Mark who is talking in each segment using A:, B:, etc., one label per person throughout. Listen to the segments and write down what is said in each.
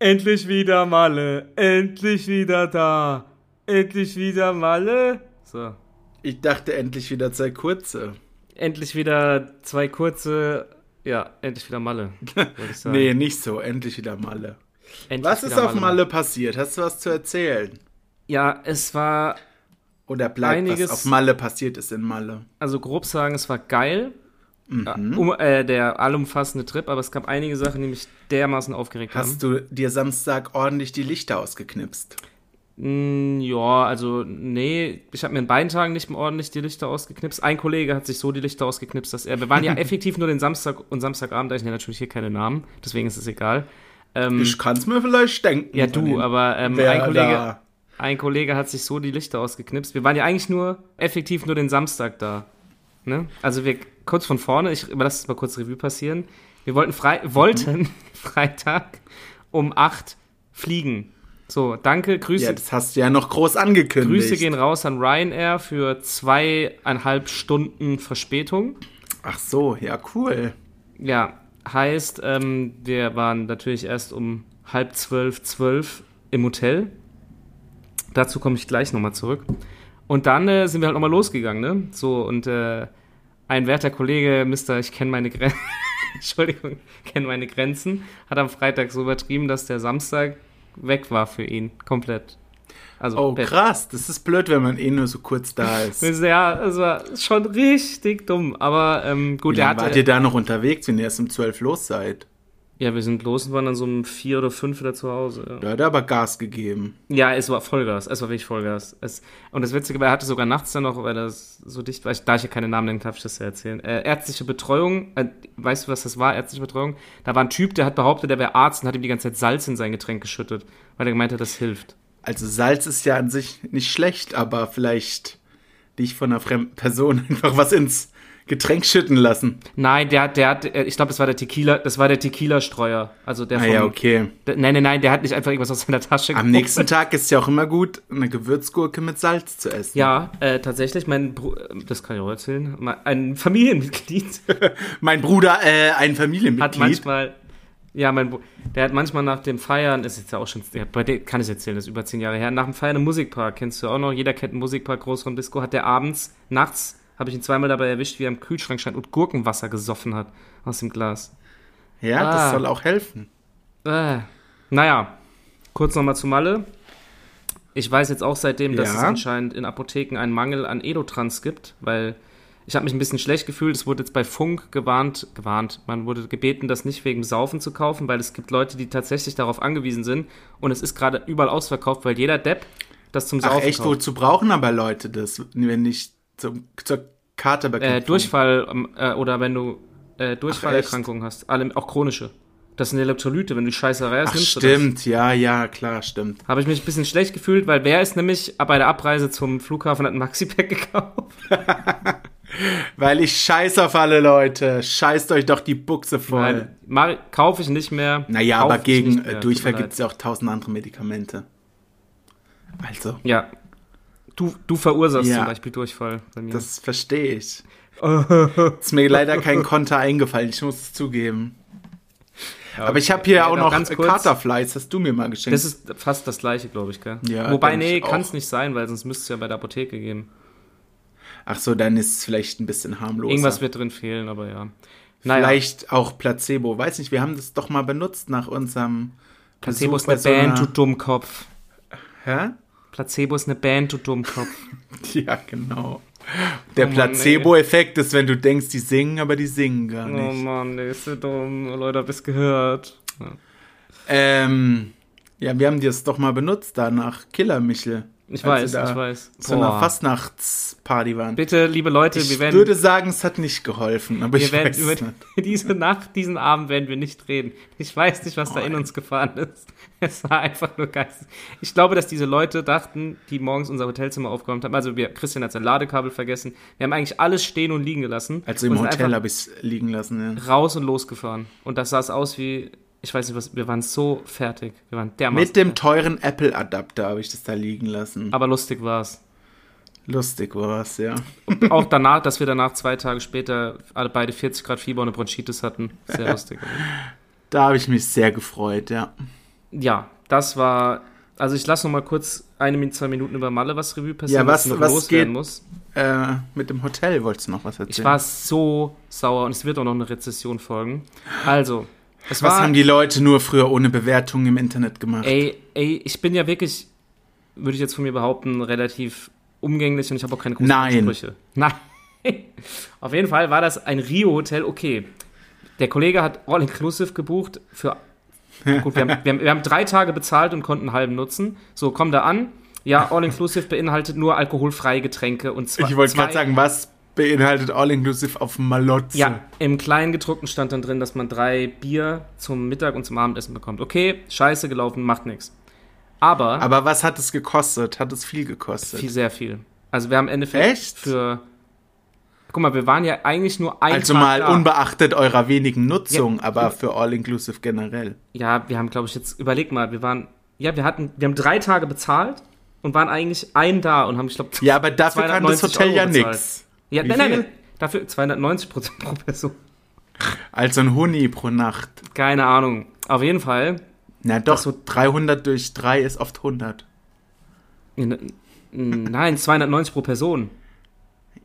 A: Endlich wieder Malle, endlich wieder da, endlich wieder Malle. So,
B: Ich dachte endlich wieder zwei kurze.
A: endlich wieder zwei kurze, ja, endlich wieder Malle. wollte ich sagen.
B: Nee, nicht so. Endlich wieder Malle.
A: Endlich
B: Was ist
A: wieder
B: auf Malle passiert? Hast du was zu erzählen?
A: Ja, es war,
B: Oder bleibt
A: Einiges-
B: was auf Malle passiert ist in Malle?
A: also grob sagen, es war geil.
B: Mhm.
A: Um, äh, der allumfassende Trip, aber es gab einige Sachen, die mich dermaßen aufgeregt haben.
B: Hast du dir Samstag ordentlich die Lichter ausgeknipst?
A: Mm, Ja, also nee, ich habe mir in beiden Tagen nicht mehr ordentlich die Lichter ausgeknipst. Ein Kollege hat sich so die Lichter ausgeknipst, dass er. Wir waren ja effektiv nur den Samstag und Samstagabend, da ich nenne natürlich hier keine Namen, deswegen ist es egal. Ähm,
B: Ich kann's mir vielleicht denken.
A: ja,
B: von
A: du,
B: dem-
A: aber ähm,
B: Wer
A: ein, Kollege,
B: da-
A: ein Kollege hat sich so die Lichter ausgeknipst. Wir waren ja eigentlich nur effektiv nur den Samstag da. Ne? Also wir kurz von vorne, ich lasse es mal kurz Revue passieren. Wir wollten, frei,
B: Mhm.
A: wollten Freitag um 8 fliegen. So, danke, Grüße
B: Ja, das hast du ja noch groß angekündigt.
A: Grüße gehen raus an Ryanair für zweieinhalb Stunden Verspätung.
B: Ach so, ja, cool.
A: Ja, heißt, ähm, wir waren natürlich erst um halb zwölf, zwölf im Hotel. Dazu komme ich gleich nochmal zurück. Und dann äh, sind wir halt nochmal losgegangen, ne? So, und äh, ein werter Kollege, Mister, ich kenne meine Grenzen, Entschuldigung, kenne meine Grenzen, hat am Freitag so übertrieben, dass der Samstag weg war für ihn, komplett. Also
B: Oh,
A: Bett.
B: krass. Das ist blöd, wenn man eh nur so kurz da ist. Wie
A: Ja, es war schon richtig dumm, aber ähm, gut, er
B: lange
A: hatte.
B: wart ihr da noch unterwegs, wenn ihr erst um 12 los seid?
A: ja, wir sind los und waren dann so um vier oder fünf wieder zu Hause.
B: Da hat er aber Gas gegeben.
A: Ja, ja es war Vollgas, es war wirklich Vollgas. Es, und das Witzige war, er hatte sogar nachts dann noch, weil das so dicht war, ich, da ich ja keine Namen nenne, darf ich das ja erzählen. Äh, ärztliche Betreuung, äh, weißt du, was das war, ärztliche Betreuung? Da war ein Typ, der hat behauptet, er wäre Arzt und hat ihm die ganze Zeit Salz in sein Getränk geschüttet, weil er gemeint hat, das hilft.
B: Also Salz ist ja an sich nicht schlecht, aber vielleicht dich von einer fremden Person einfach was ins Getränk schütten lassen.
A: Nein, der hat, der hat, äh, ich glaube, das war der Tequila, das war der Tequila-Streuer. Also der
B: Ah
A: von,
B: ja, okay.
A: der, nein, nein, nein, der hat nicht einfach irgendwas aus seiner Tasche
B: Am nächsten Tag ist ja auch immer gut, eine Gewürzgurke mit Salz zu essen.
A: Ja, äh, tatsächlich, mein Bruder, das kann ich auch erzählen, mein- ein Familienmitglied
B: Mein Bruder, äh, ein
A: hat
B: Familienmitglied.
A: manchmal, ja, mein Bru- der hat manchmal nach dem Feiern, ist jetzt ja auch schon, ja, bei dem kann ich erzählen, das ist über zehn Jahre her, nach dem Feiern im Musikpark, kennst du auch noch, jeder kennt einen Musikpark, Großraum Disco, hat der abends, nachts, habe ich ihn zweimal dabei erwischt, wie er im Kühlschrank stand und Gurkenwasser gesoffen hat aus dem Glas.
B: ja,
A: Ah.
B: das soll auch helfen.
A: Äh, naja, kurz nochmal zu Malle. Ich weiß jetzt auch seitdem, dass
B: Ja.
A: es anscheinend in Apotheken einen Mangel an Edotrans gibt, weil ich habe mich ein bisschen schlecht gefühlt. Es wurde jetzt bei Funk gewarnt, gewarnt. Man wurde gebeten, das nicht wegen Saufen zu kaufen, weil es gibt Leute, die tatsächlich darauf angewiesen sind und es ist gerade überall ausverkauft, weil jeder Depp das zum Saufen
B: Ach echt,
A: kauft.
B: wozu brauchen aber Leute das, wenn nicht zum, zur Karte
A: Äh,
B: bekämpfen?
A: Durchfall ähm, äh, oder wenn du äh, Durchfallerkrankungen hast, alle, auch chronische. Das sind Elektrolyte, wenn du die Scheiße
B: Ach,
A: nimmst du das.
B: stimmt, ja, ja, klar, stimmt.
A: Habe ich mich ein bisschen schlecht gefühlt, weil wer ist nämlich bei der Abreise zum Flughafen hat ein Maxi-Pack gekauft?
B: Weil ich scheiß auf alle Leute. Scheißt euch doch die Buchse voll.
A: Nein, Mari- kaufe ich nicht mehr.
B: Naja,
A: Kaufe
B: aber
A: ich
B: gegen
A: nicht mehr,
B: äh,
A: tut
B: Durchfall
A: mir leid.
B: gibt es ja auch tausend andere Medikamente. Also,
A: Ja. Du, du verursachst
B: Ja.
A: zum Beispiel Durchfall bei mir.
B: das verstehe ich. ist mir leider kein Konter eingefallen, ich muss es zugeben. Aber ich habe hier auch
A: Ja,
B: noch
A: ganz kurz.
B: Katerflies, hast du mir mal geschenkt.
A: das ist fast das gleiche, glaube ich, gell?
B: Ja,
A: Wobei,
B: denk
A: nee,
B: ich auch.
A: kann es nicht sein, weil sonst müsste es ja bei der Apotheke geben.
B: Ach so, dann ist es vielleicht ein bisschen harmloser.
A: Irgendwas wird drin fehlen, aber ja. Naja,
B: vielleicht auch Placebo, weiß nicht, wir haben das doch mal benutzt nach unserem
A: Placebo ist
B: Besuch
A: eine
B: bei so einer-
A: Band, du Dummkopf.
B: Hä?
A: Placebo ist eine Band, du Dummkopf.
B: Ja, genau. Der
A: Oh Mann,
B: Placebo-Effekt ist, wenn du denkst, die singen, aber die singen gar
A: oh
B: nicht.
A: Mann, nee, ist so dumm. Leute, hab ich's gehört. Ja.
B: Ähm, ja, wir haben das doch mal benutzt da nach Killer Michel.
A: Ich weiß,
B: Als wir da
A: ich weiß.
B: Zu einer
A: Boah.
B: Fastnachtsparty waren.
A: Bitte, liebe Leute,
B: ich
A: wir werden,
B: würde sagen, es hat nicht geholfen, aber
A: wir
B: ich
A: werden
B: weiß
A: über
B: es nicht.
A: diese Nacht, diesen Abend werden wir nicht reden. Ich weiß nicht, was da in uns gefahren ist. Es war einfach nur geistes. Ich glaube, dass diese Leute dachten, die morgens unser Hotelzimmer aufgeräumt haben. Also wir, Christian hat sein Ladekabel vergessen. Wir haben eigentlich alles stehen und liegen gelassen.
B: Also im
A: und sind
B: Hotel
A: einfach
B: habe ich es liegen lassen. Ja.
A: raus und losgefahren. Und das sah es aus wie, ich weiß nicht was, wir waren so fertig. Wir waren dermaßen.
B: Mit dem
A: fertig.
B: teuren Apple-Adapter habe ich das da liegen lassen.
A: Aber lustig war's.
B: Lustig war es, ja.
A: Auch danach, dass wir danach zwei Tage später alle beide 40 Grad Fieber und eine Bronchitis hatten. Sehr lustig.
B: Da habe ich mich sehr gefreut, ja.
A: ja, das war. Also ich lasse noch mal kurz eine, zwei Minuten über Malle was Revue
B: Ja,
A: passieren,
B: was,
A: ich noch
B: was geht
A: loswerden muss.
B: äh, mit dem Hotel? Wolltest du noch was erzählen?
A: Ich war so sauer und es wird auch noch eine Rezession folgen. Also, es
B: was
A: war.
B: haben die Leute nur früher ohne Bewertungen im Internet gemacht?
A: ey, ey, ich bin ja wirklich, würde ich jetzt von mir behaupten, relativ umgänglich und ich habe auch keine großen
B: Nein.
A: Ansprüche. Nein. Auf jeden Fall war das ein Rio-Hotel, okay. Der Kollege hat All-Inclusive gebucht für. Gut, wir haben, wir, haben, wir haben drei Tage bezahlt und konnten einen halben nutzen. So, komm da an. Ja, All-Inclusive beinhaltet nur alkoholfreie Getränke und zwei.
B: ich wollte
A: zwei-
B: gerade sagen, was beinhaltet All-Inclusive auf Malotze?
A: ja, im Kleingedruckten stand dann drin, dass man drei Bier zum Mittag und zum Abendessen bekommt. Okay, scheiße gelaufen, macht nichts. Aber,
B: Aber was hat es gekostet? Hat es viel gekostet?
A: viel, sehr viel. Also wir haben im Endeffekt
B: Echt?
A: für. Guck mal, wir waren ja eigentlich nur ein
B: also
A: Tag
B: mal
A: da.
B: unbeachtet eurer wenigen Nutzung,
A: Ja.
B: aber für All-Inclusive generell.
A: Ja, wir haben, glaube ich, jetzt überleg mal, wir waren, ja, wir hatten, wir haben drei Tage bezahlt und waren eigentlich ein da und haben, ich glaube,
B: Ja, aber dafür kann das
A: 290
B: Hotel ja
A: Euro bezahlt.
B: nichts.
A: ja,
B: wie
A: nein, nein,
B: viel?
A: nein, dafür 290 Prozent pro Person.
B: Also ein Huni pro Nacht.
A: Keine Ahnung. Auf jeden Fall.
B: Na doch,
A: Das so-
B: so 300 durch 3 ist oft 100.
A: n- n- Nein, 290 pro Person.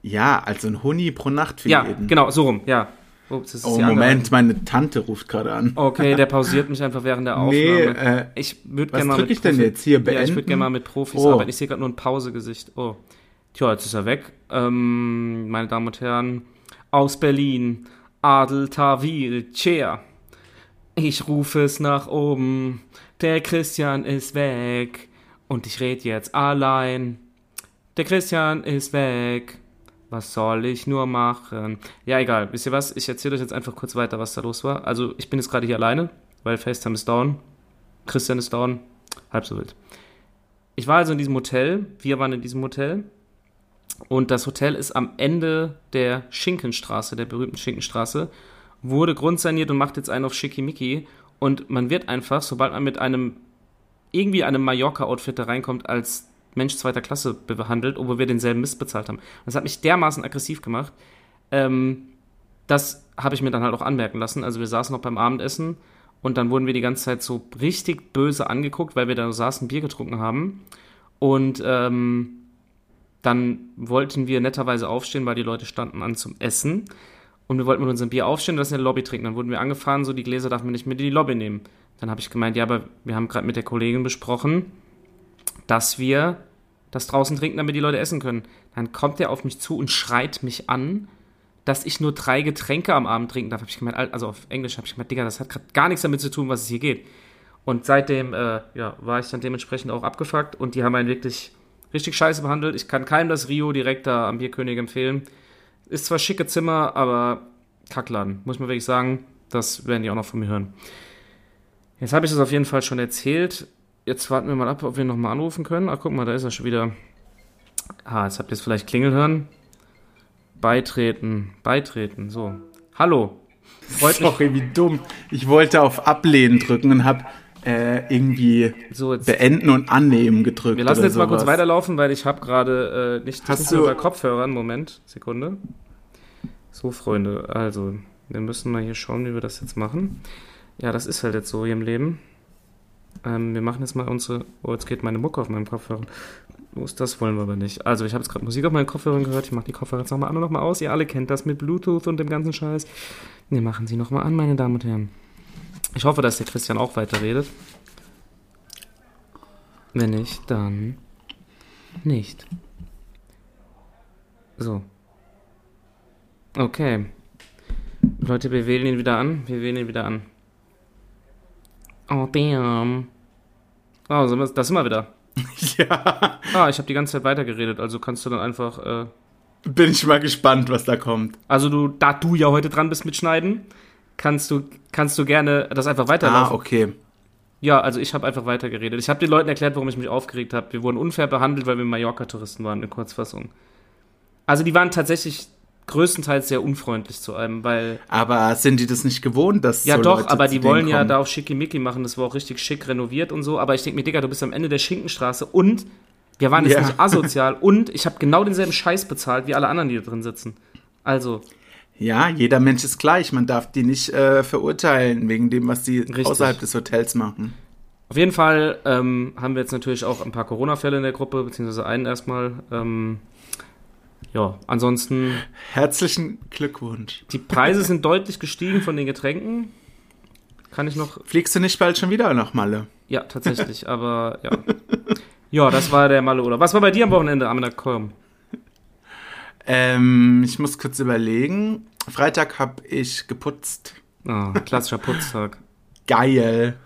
B: Ja, also ein Huni pro Nacht für
A: Ja,
B: jeden.
A: genau, so rum, ja. genau. Ups, das ist
B: Oh,
A: die andere.
B: Moment, meine Tante ruft gerade an.
A: Okay, der pausiert mich einfach während der Aufnahme.
B: nee, äh,
A: Ich würde
B: was
A: gerne mal
B: drück
A: mit
B: ich denn jetzt? Hier,
A: Ja, ich würde
B: beenden?
A: gerne mal mit Profis
B: Oh.
A: arbeiten. Ich sehe gerade nur ein Pausegesicht. Oh. Tja, jetzt ist er weg. Ähm, meine Damen und Herren, aus Berlin, Adel Tawil, Chair. Ich rufe es nach oben. Der Christian ist weg. Und ich rede jetzt allein. Der Christian ist weg. Was soll ich nur machen? Ja, egal. Wisst ihr was? Ich erzähle euch jetzt einfach kurz weiter, was da los war. Also, ich bin jetzt gerade hier alleine, weil FaceTime ist down. Christian ist down. Halb so wild. Ich war also in diesem Hotel. Wir waren in diesem Hotel. Und das Hotel ist am Ende der Schinkenstraße, der berühmten Schinkenstraße, wurde grundsaniert und macht jetzt einen auf Schickimicki. Und man wird einfach, sobald man mit einem, irgendwie einem Mallorca-Outfit da reinkommt, als Mensch zweiter Klasse behandelt, obwohl wir denselben Mist bezahlt haben. Das hat mich dermaßen aggressiv gemacht. Ähm, das habe ich mir dann halt auch anmerken lassen. Also wir saßen noch beim Abendessen und dann wurden wir die ganze Zeit so richtig böse angeguckt, weil wir da saßen, Bier getrunken haben. Und ähm, dann wollten wir netterweise aufstehen, weil die Leute standen an zum Essen. Und wir wollten mit unserem Bier aufstehen und das in der Lobby trinken. Dann wurden wir angefahren, so die Gläser darf man nicht mit in die Lobby nehmen. Dann habe ich gemeint, ja, aber wir haben gerade mit der Kollegin besprochen, dass wir das draußen trinken, damit die Leute essen können. Dann kommt der auf mich zu und schreit mich an, dass ich nur drei Getränke am Abend trinken darf. Hab ich gemeint, al- also auf Englisch habe ich gemeint, Digga, das hat gerade gar nichts damit zu tun, was es hier geht. Und seitdem äh, ja, war ich dann dementsprechend auch abgefuckt und die haben einen wirklich richtig scheiße behandelt. Ich kann keinem das Rio direkt da am Bierkönig empfehlen. Ist zwar schicke Zimmer, aber Kackladen, muss man wirklich sagen. Das werden die auch noch von mir hören. Jetzt habe ich das auf jeden Fall schon erzählt. Jetzt warten wir mal ab, ob wir nochmal anrufen können. Ach, guck mal, da ist er schon wieder. Ah, jetzt habt ihr es vielleicht klingeln hören. Beitreten, beitreten, so. Hallo. Freut mich.
B: Sorry, wie dumm. Ich wollte auf Ablehnen drücken und habe äh, irgendwie
A: So, jetzt
B: Beenden und Annehmen gedrückt.
A: Wir lassen
B: oder
A: jetzt mal kurz
B: sowas.
A: weiterlaufen, weil ich habe gerade äh, nicht
B: Hast
A: Hast
B: du-
A: über Kopfhörern. Moment, Sekunde. So, Freunde, also, wir müssen mal hier schauen, wie wir das jetzt machen. Ja, das ist halt jetzt so hier im Leben. Ähm, wir machen jetzt mal unsere. Oh, jetzt geht meine Mucke auf meinem Kopfhörer. Los, das wollen wir aber nicht. Also, ich habe jetzt gerade Musik auf meinen Kopfhörern gehört. Ich mache die Kopfhörer jetzt nochmal an und nochmal aus. Ihr alle kennt das mit Bluetooth und dem ganzen Scheiß. Wir machen sie nochmal an, meine Damen und Herren. Ich hoffe, dass der Christian auch weiterredet. Wenn nicht, dann nicht. So. Okay. Leute, wir wählen ihn wieder an. Wir wählen ihn wieder an. Oh, damn. Oh, sind wir- das sind wir wieder.
B: Ja,
A: Ah, ich habe die ganze Zeit weitergeredet, also kannst du dann einfach. Äh,
B: bin ich mal gespannt, was da kommt.
A: also du, da du ja heute dran bist mit Schneiden, kannst du, kannst du gerne das einfach weiterlaufen.
B: Ah, okay.
A: Ja, also ich habe einfach weitergeredet. Ich habe den Leuten erklärt, warum ich mich aufgeregt habe. Wir wurden unfair behandelt, weil wir Mallorca-Touristen waren, in Kurzfassung. Also die waren tatsächlich größtenteils sehr unfreundlich zu einem, weil...
B: Aber sind die das nicht gewohnt, dass
A: Ja
B: so
A: doch,
B: Leute
A: aber
B: zu
A: die
B: denen
A: wollen ja
B: kommen?
A: da auf Schickimicki machen. Das war auch richtig schick renoviert und so. Aber ich denke mir, Digga, du bist am Ende der Schinkenstraße und wir waren jetzt
B: Ja.
A: nicht asozial und ich habe genau denselben Scheiß bezahlt, wie alle anderen, die da drin sitzen. Also,
B: Ja, jeder Mensch ist gleich. Man darf die nicht äh, verurteilen wegen dem, was die
A: Richtig.
B: außerhalb des Hotels machen.
A: Auf jeden Fall ähm, haben wir jetzt natürlich auch ein paar Corona-Fälle in der Gruppe, beziehungsweise einen erstmal. Ähm, ja, ansonsten,
B: Herzlichen Glückwunsch.
A: die Preise sind deutlich gestiegen von den Getränken. Kann ich noch
B: Fliegst du nicht bald schon wieder nach Malle?
A: Ja, tatsächlich, aber ja. Ja, das war der Malle Urlaub. Was war bei dir am Wochenende, Amina Kolm?
B: Ähm, ich muss kurz überlegen. Freitag habe ich geputzt.
A: Ah, klassischer Putztag.
B: Geil.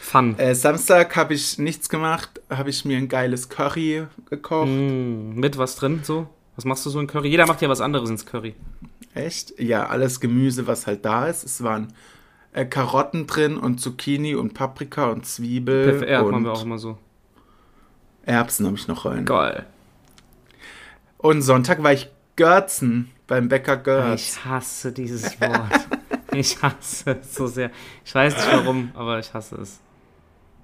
A: Fun.
B: Äh, Samstag habe ich nichts gemacht, habe ich mir ein geiles Curry gekocht.
A: Mm, mit was drin so? Was machst du so in Curry? Jeder macht ja was anderes ins Curry.
B: Echt? Ja, alles Gemüse, was halt da ist. Es waren äh, Karotten drin und Zucchini und Paprika und Zwiebel
A: PFR machen wir auch
B: Äh, und
A: immer so.
B: Erbsen habe ich noch rein.
A: Geil.
B: Und Sonntag war ich Görzen beim Bäcker Görz.
A: Ich hasse dieses Wort. Ich hasse es so sehr. Ich weiß nicht warum, aber ich hasse es.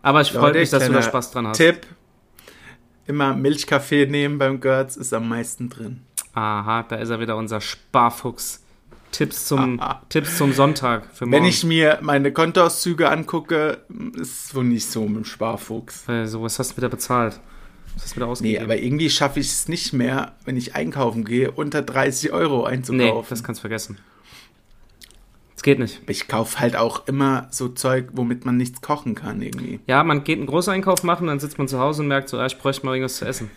A: Aber ich freue
B: Leute,
A: mich, dass du da
B: kleiner
A: Spaß dran hast.
B: Tipp: Immer Milchkaffee nehmen beim Görz, ist am meisten drin.
A: Aha, da ist er wieder, unser Sparfuchs. Tipps zum,
B: Aha.
A: Tipps zum Sonntag für morgen.
B: Wenn ich mir meine Kontoauszüge angucke, ist es wohl nicht so mit dem Sparfuchs.
A: Äh, so, was hast du wieder bezahlt? Was hast du wieder
B: Nee,
A: ausgegeben?
B: aber irgendwie schaffe ich es nicht mehr, wenn ich einkaufen gehe, unter 30 Euro
A: nee,
B: einzukaufen.
A: das kannst du vergessen. Das geht nicht.
B: Ich kaufe halt auch immer so Zeug, womit man nichts kochen kann irgendwie.
A: Ja, man geht einen Großeinkauf machen, dann sitzt man zu Hause und merkt so, ah, ich bräuchte mal irgendwas zu essen.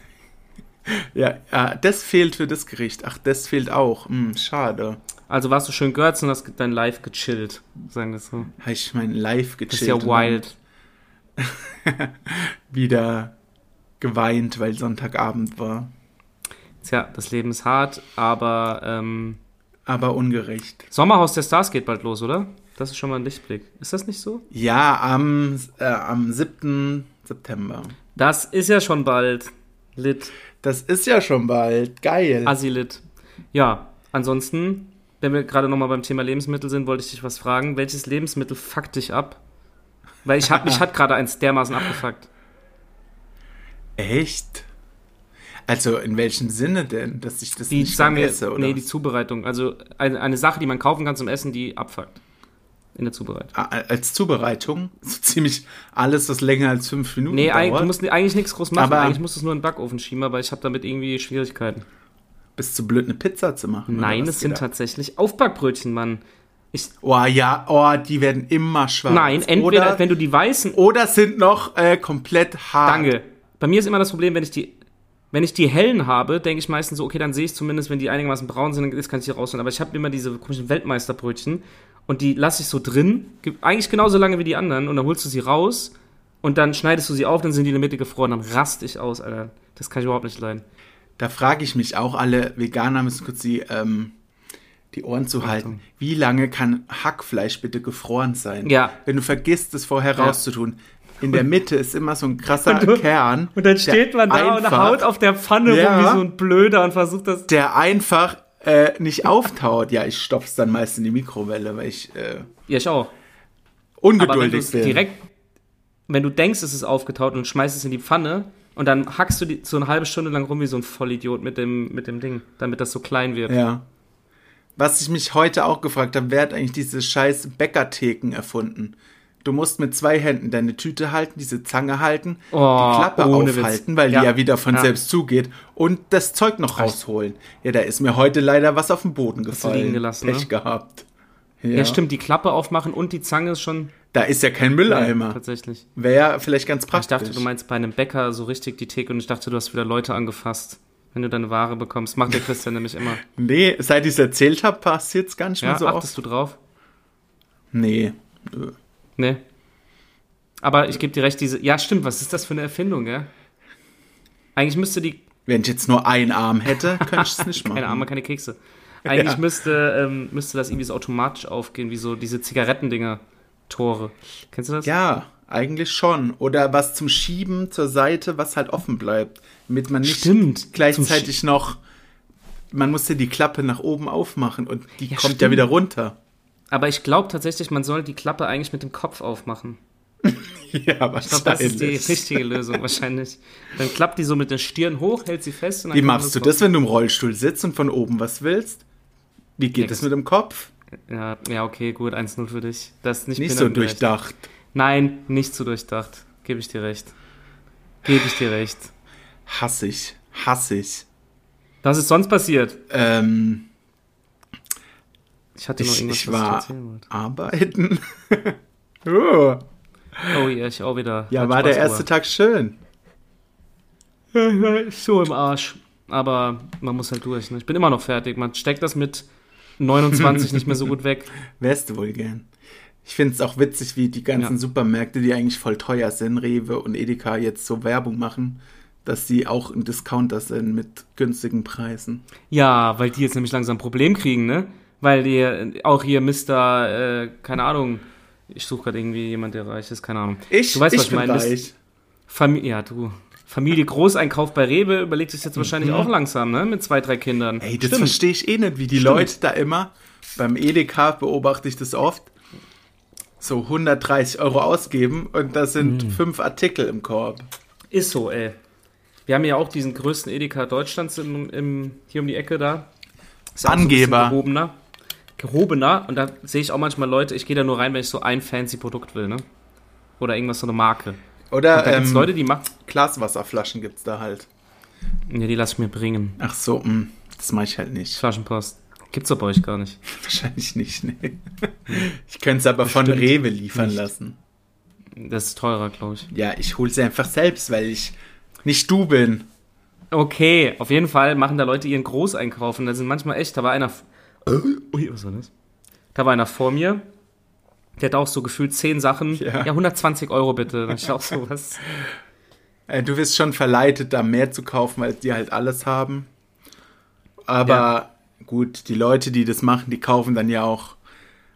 B: Ja, ja das fehlt für das Gericht. Ach, das fehlt auch. Hm, schade.
A: Also warst du schön Görz und hast dein Live gechillt, sagen wir es so.
B: Habe ich mein Live
A: Das
B: gechillt. ne?
A: ist ja
B: und
A: wild.
B: Wieder geweint, weil Sonntagabend war.
A: Tja, das Leben ist hart, aber ähm,
B: Aber ungerecht.
A: Sommerhaus der Stars geht bald los, oder? Das ist schon mal ein Lichtblick. Ist das nicht so?
B: Ja, am, äh, am 7. September.
A: Das ist ja schon bald. Lit.
B: Das ist ja schon bald. Geil.
A: Asilit. Ja, ansonsten, wenn wir gerade nochmal beim Thema Lebensmittel sind, wollte ich dich was fragen. Welches Lebensmittel fuckt dich ab? Weil ich hab, mich hat gerade eins dermaßen abgefuckt.
B: Echt? Also, in welchem Sinne denn? Dass ich das
A: Die
B: nicht
A: sagen mir,
B: vergesse, oder?
A: nee, die Zubereitung. Also eine, eine Sache, die man kaufen kann zum Essen, die abfuckt. In der Zubereitung.
B: Ah, Als Zubereitung? So ziemlich alles, was länger als fünf Minuten
A: Nee, eigentlich, du
B: dauert?
A: musst ni- eigentlich nichts groß machen.
B: Aber-
A: eigentlich musst du es nur in den Backofen schieben, aber ich habe damit irgendwie Schwierigkeiten.
B: Bist du blöd, eine Pizza zu machen? oder
A: Nein,
B: was
A: es sind halt
B: geht ab?
A: tatsächlich Aufbackbrötchen, Mann. Ich,
B: Oh ja, oh, die werden immer schwarz.
A: nein, entweder
B: oder,
A: wenn du die weißen
B: oder sind noch äh, komplett hart.
A: Danke. Bei mir ist immer das Problem, wenn ich die, wenn ich die hellen habe, denke ich meistens so, okay, dann sehe ich zumindest, wenn die einigermaßen braun sind, dann das kann ich die rausholen. Aber ich habe immer diese komischen Weltmeisterbrötchen und die lasse ich so drin, ge- eigentlich genauso lange wie die anderen und dann holst du sie raus und dann schneidest du sie auf, dann sind die in der Mitte gefroren, dann raste ich aus, Alter. Das kann ich überhaupt nicht leiden.
B: Da frage ich mich auch alle Veganer müssen kurz die, ähm, die Ohren zu halten. Wie lange kann Hackfleisch bitte gefroren sein?
A: Ja.
B: Wenn du vergisst, es vorher
A: Ja.
B: rauszutun. In der Mitte ist immer so ein krasser
A: Und du-
B: Kern.
A: Und dann
B: der
A: steht man da und
B: einfach-
A: haut auf der Pfanne
B: Ja.
A: rum wie so ein Blöder und versucht das.
B: der einfach äh, nicht auftaut. Ja, ich stopf's dann meist in die Mikrowelle, weil ich äh,
A: Ja, ich auch. Aber wenn du
B: ungeduldig
A: es
B: bin.
A: direkt, wenn du denkst, es ist aufgetaut und schmeißt es in die Pfanne und dann hackst du die so eine halbe Stunde lang rum wie so ein Vollidiot mit dem, mit dem Ding, damit das so klein wird.
B: Ja. Was ich mich heute auch gefragt habe, wer hat eigentlich diese scheiß Bäckertheken erfunden? Du musst mit zwei Händen deine Tüte halten, diese Zange halten,
A: Oh,
B: die Klappe
A: ohne Witz.
B: aufhalten, weil
A: Ja.
B: die ja wieder von
A: Ja.
B: selbst zugeht und das Zeug noch rausholen. Ja, da ist mir heute leider was auf den Boden gefallen.
A: liegen gelassen,
B: Pech
A: ne?
B: gehabt.
A: Ja, stimmt, die Klappe aufmachen und die Zange ist schon
B: Da ist ja kein Mülleimer.
A: tatsächlich.
B: Wäre vielleicht ganz
A: Ich
B: praktisch.
A: dachte, du meinst bei einem Bäcker so richtig die Theke und ich dachte, du hast wieder Leute angefasst, wenn du deine Ware bekommst. Macht der Christian nämlich immer.
B: nee, seit ich es erzählt habe, passiert's gar nicht
A: Ja,
B: mehr so oft.
A: achtest du drauf?
B: Nee.
A: Nee. Aber ich gebe dir recht, diese. Ja, stimmt, was ist das für eine Erfindung, gell? Eigentlich müsste die
B: Wenn ich jetzt nur einen Arm hätte, könnte ich es nicht machen.
A: Keine Arme, keine Kekse. Eigentlich
B: Mhm. Ja.
A: müsste, ähm, müsste das irgendwie so automatisch aufgehen, wie so diese Zigarettendinger. Tore. Kennst du das?
B: Ja, eigentlich schon. Oder was zum Schieben zur Seite, was halt offen bleibt. Damit man nicht
A: Stimmt. Zum
B: gleichzeitig noch. Man muss ja die Klappe nach oben aufmachen und die
A: Ja,
B: kommt
A: stimmt.
B: ja wieder runter.
A: Aber ich glaube tatsächlich, man soll die Klappe eigentlich mit dem Kopf aufmachen.
B: Ja,
A: Ich glaube, das ist die
B: wahrscheinlich.
A: richtige Lösung wahrscheinlich. Dann klappt die so mit der Stirn hoch, hält sie fest. Und dann
B: Wie
A: kann man
B: machst du das, wenn du im Rollstuhl sitzt und von oben was willst? Wie geht
A: Nix.
B: das mit dem Kopf?
A: Ja, ja, okay, gut, 1-0 für dich. Das ist nicht,
B: Nicht so
A: penalty-reif.
B: durchdacht.
A: Nein, nicht so durchdacht. Gebe ich dir recht. Gebe ich dir recht.
B: Hassig. Hassig.
A: Was ist sonst passiert?
B: Ähm,
A: Ich hatte noch
B: ich,
A: irgendwas,
B: ich
A: was ich
B: war
A: erzählen wollte.
B: arbeiten. oh.
A: Oh ja, ich auch wieder.
B: Ja,
A: Hat
B: war
A: Spaß
B: der erste
A: gemacht.
B: Tag schön.
A: Ja, ich war so im Arsch. Aber man muss halt durch. Ne? Ich bin immer noch fertig. Man steckt das mit 29 nicht mehr so gut weg.
B: Wärst du wohl gern. Ich finde es auch witzig, wie die ganzen
A: Ja.
B: Supermärkte, die eigentlich voll teuer sind, Rewe und Edeka, jetzt so Werbung machen, dass sie auch ein Discounter sind mit günstigen Preisen.
A: Ja, weil die jetzt nämlich langsam ein Problem kriegen, ne? Weil die äh, auch hier Mr., äh, keine Ahnung, ich suche gerade irgendwie jemand, der reich ist, keine Ahnung.
B: Ich,
A: Du weißt,
B: ich
A: was ich
B: bin
A: meine. Das-
B: reich.
A: Familie, ja, du. Familie Großeinkauf bei Rewe überlegt sich jetzt wahrscheinlich auch langsam, ne? Mit zwei, drei Kindern.
B: Mhm. Ey, das
A: Stimmt.
B: verstehe ich eh nicht, wie die
A: Stimmt.
B: Leute da immer, beim Edeka beobachte ich das oft, so 130 Euro ausgeben und da
A: Hm.
B: sind fünf Artikel im Korb.
A: Ist so, ey. Wir haben ja auch diesen größten Edeka Deutschlands im, im, hier um die Ecke da. Ist ja auch so ein bisschen
B: Angeber.
A: gehobener. Gehobener. Und da sehe ich auch manchmal Leute, ich gehe da nur rein, wenn ich so ein fancy Produkt will, ne? Oder irgendwas, so eine Marke.
B: Oder
A: Da gibt's
B: ähm,
A: Leute, die machen.
B: Glaswasserflaschen gibt es da halt.
A: Ja, die lasse ich mir bringen.
B: Ach so, mh, das mache ich halt nicht.
A: Flaschenpost. Gibt's doch bei euch gar nicht.
B: Wahrscheinlich nicht, ne? nee. Ich könnte es aber von
A: Bestimmt
B: Rewe liefern
A: nicht.
B: lassen.
A: Das ist teurer, glaube ich.
B: Ja, ich hole sie einfach selbst, weil ich nicht du bin.
A: Okay, auf jeden Fall machen da Leute ihren Großeinkauf und da sind manchmal echt, da war einer. Ui, was war das? Da war einer vor mir, der hat auch so gefühlt zehn Sachen. Ja,
B: Ja.
A: 120 Euro bitte. Dann schaust du was.
B: Äh, Du wirst schon verleitet, da mehr zu kaufen, weil die halt alles haben. Aber gut, die Leute, die das machen, die kaufen dann ja auch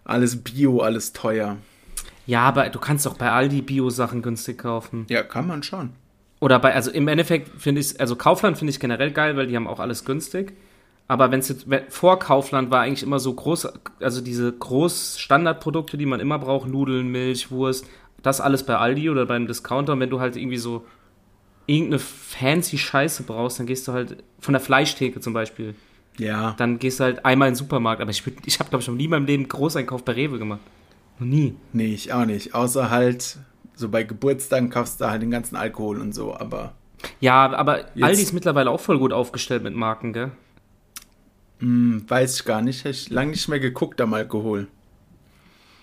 B: alles Bio, alles teuer.
A: Ja, aber du kannst doch bei Aldi Bio-Sachen günstig kaufen.
B: Ja, kann man schon.
A: Oder bei, also im Endeffekt finde ich, also Kaufland finde ich generell geil, weil die haben auch alles günstig. Aber wenn es jetzt, wenn- vor Kaufland war eigentlich immer so groß, also diese Großstandardprodukte, die man immer braucht, Nudeln, Milch, Wurst, das alles bei Aldi oder beim Discounter. Und wenn du halt irgendwie so irgendeine fancy Scheiße brauchst, dann gehst du halt von der Fleischtheke zum Beispiel.
B: Ja.
A: Dann gehst du halt einmal in den Supermarkt. Aber ich, würd- ich habe, glaube ich, noch nie in meinem Leben einen Großeinkauf bei Rewe gemacht. Noch nie.
B: Nee, ich auch nicht. Außer halt, so bei Geburtstagen kaufst du halt den ganzen Alkohol und so, aber.
A: Ja, aber Aldi
B: Jetzt-
A: ist mittlerweile auch voll gut aufgestellt mit Marken, gell?
B: Hm, weiß ich gar nicht. Hab Ich lange nicht mehr geguckt am Alkohol.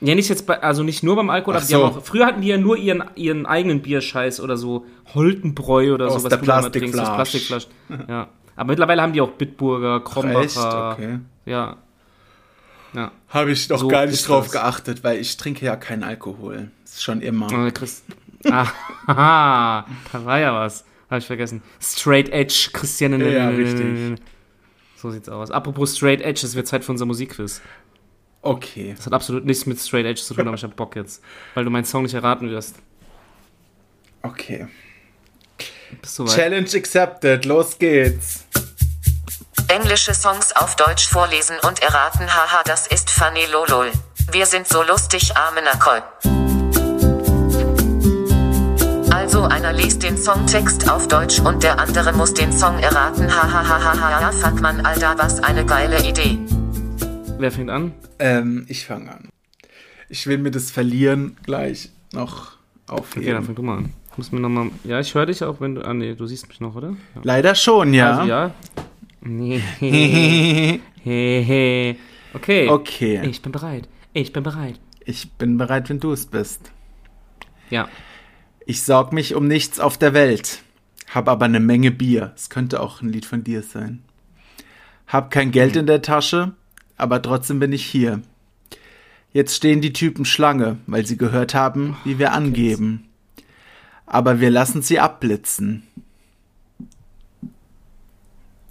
A: Ja, nicht jetzt bei, also nicht nur beim Alkohol,
B: Ach
A: aber die haben
B: so.
A: auch, früher hatten die ja nur ihren, ihren eigenen Bierscheiß oder so Holtenbräu oder
B: Aus
A: so, was
B: der
A: du da immer trinkst, aus
B: Plastikflasche.
A: Plastikflaschen. ja. Aber mittlerweile haben die auch Bitburger,
B: Echt?
A: Krombacher.
B: Okay.
A: Ja. Ja.
B: Habe ich noch
A: So
B: gar nicht
A: ist
B: drauf
A: das.
B: geachtet, weil ich trinke ja keinen Alkohol. Das ist schon immer.
A: Und der Chris. Aha, da war ja was. Habe ich vergessen. Straight Edge, Christiane. ne,
B: Ja, richtig.
A: So sieht's aus. Apropos Straight Edge, es wird Zeit für unser Musikquiz.
B: Okay.
A: Das hat absolut nichts mit Straight Edge zu tun, aber ich hab Bock jetzt. Weil du meinen Song nicht erraten wirst.
B: Okay.
A: Bist du weit?
B: Challenge accepted. Los geht's.
C: Englische Songs auf Deutsch vorlesen und erraten. Haha, das ist funny lolol. Wir sind so lustig, arme Nacol. Also einer liest den Songtext auf Deutsch und der andere muss den Song erraten. Hahaha, ja, fuck man, Alter, was eine geile Idee.
A: Wer fängt an?
B: Ähm, ich fange an. Ich will mir das Verlieren gleich noch
A: Okay, dann
B: aufheben.
A: fang du mal an. Ich muss mir noch mal. Ja, ich höre dich auch, wenn du. Ah, nee, du siehst mich noch, oder? Ja.
B: Leider schon, ja.
A: Also, ja. Nee. Hehe. okay.
B: okay.
A: Ich bin bereit. Ich bin bereit.
B: Ich bin bereit, wenn du es bist.
A: Ja.
B: Ich sorg mich um nichts auf der Welt. Hab aber eine Menge Bier. Es könnte auch ein Lied von dir sein. Hab kein Geld in der Tasche, aber trotzdem bin ich hier. Jetzt stehen die Typen Schlange, weil sie gehört haben, wie wir angeben. Aber wir lassen sie abblitzen.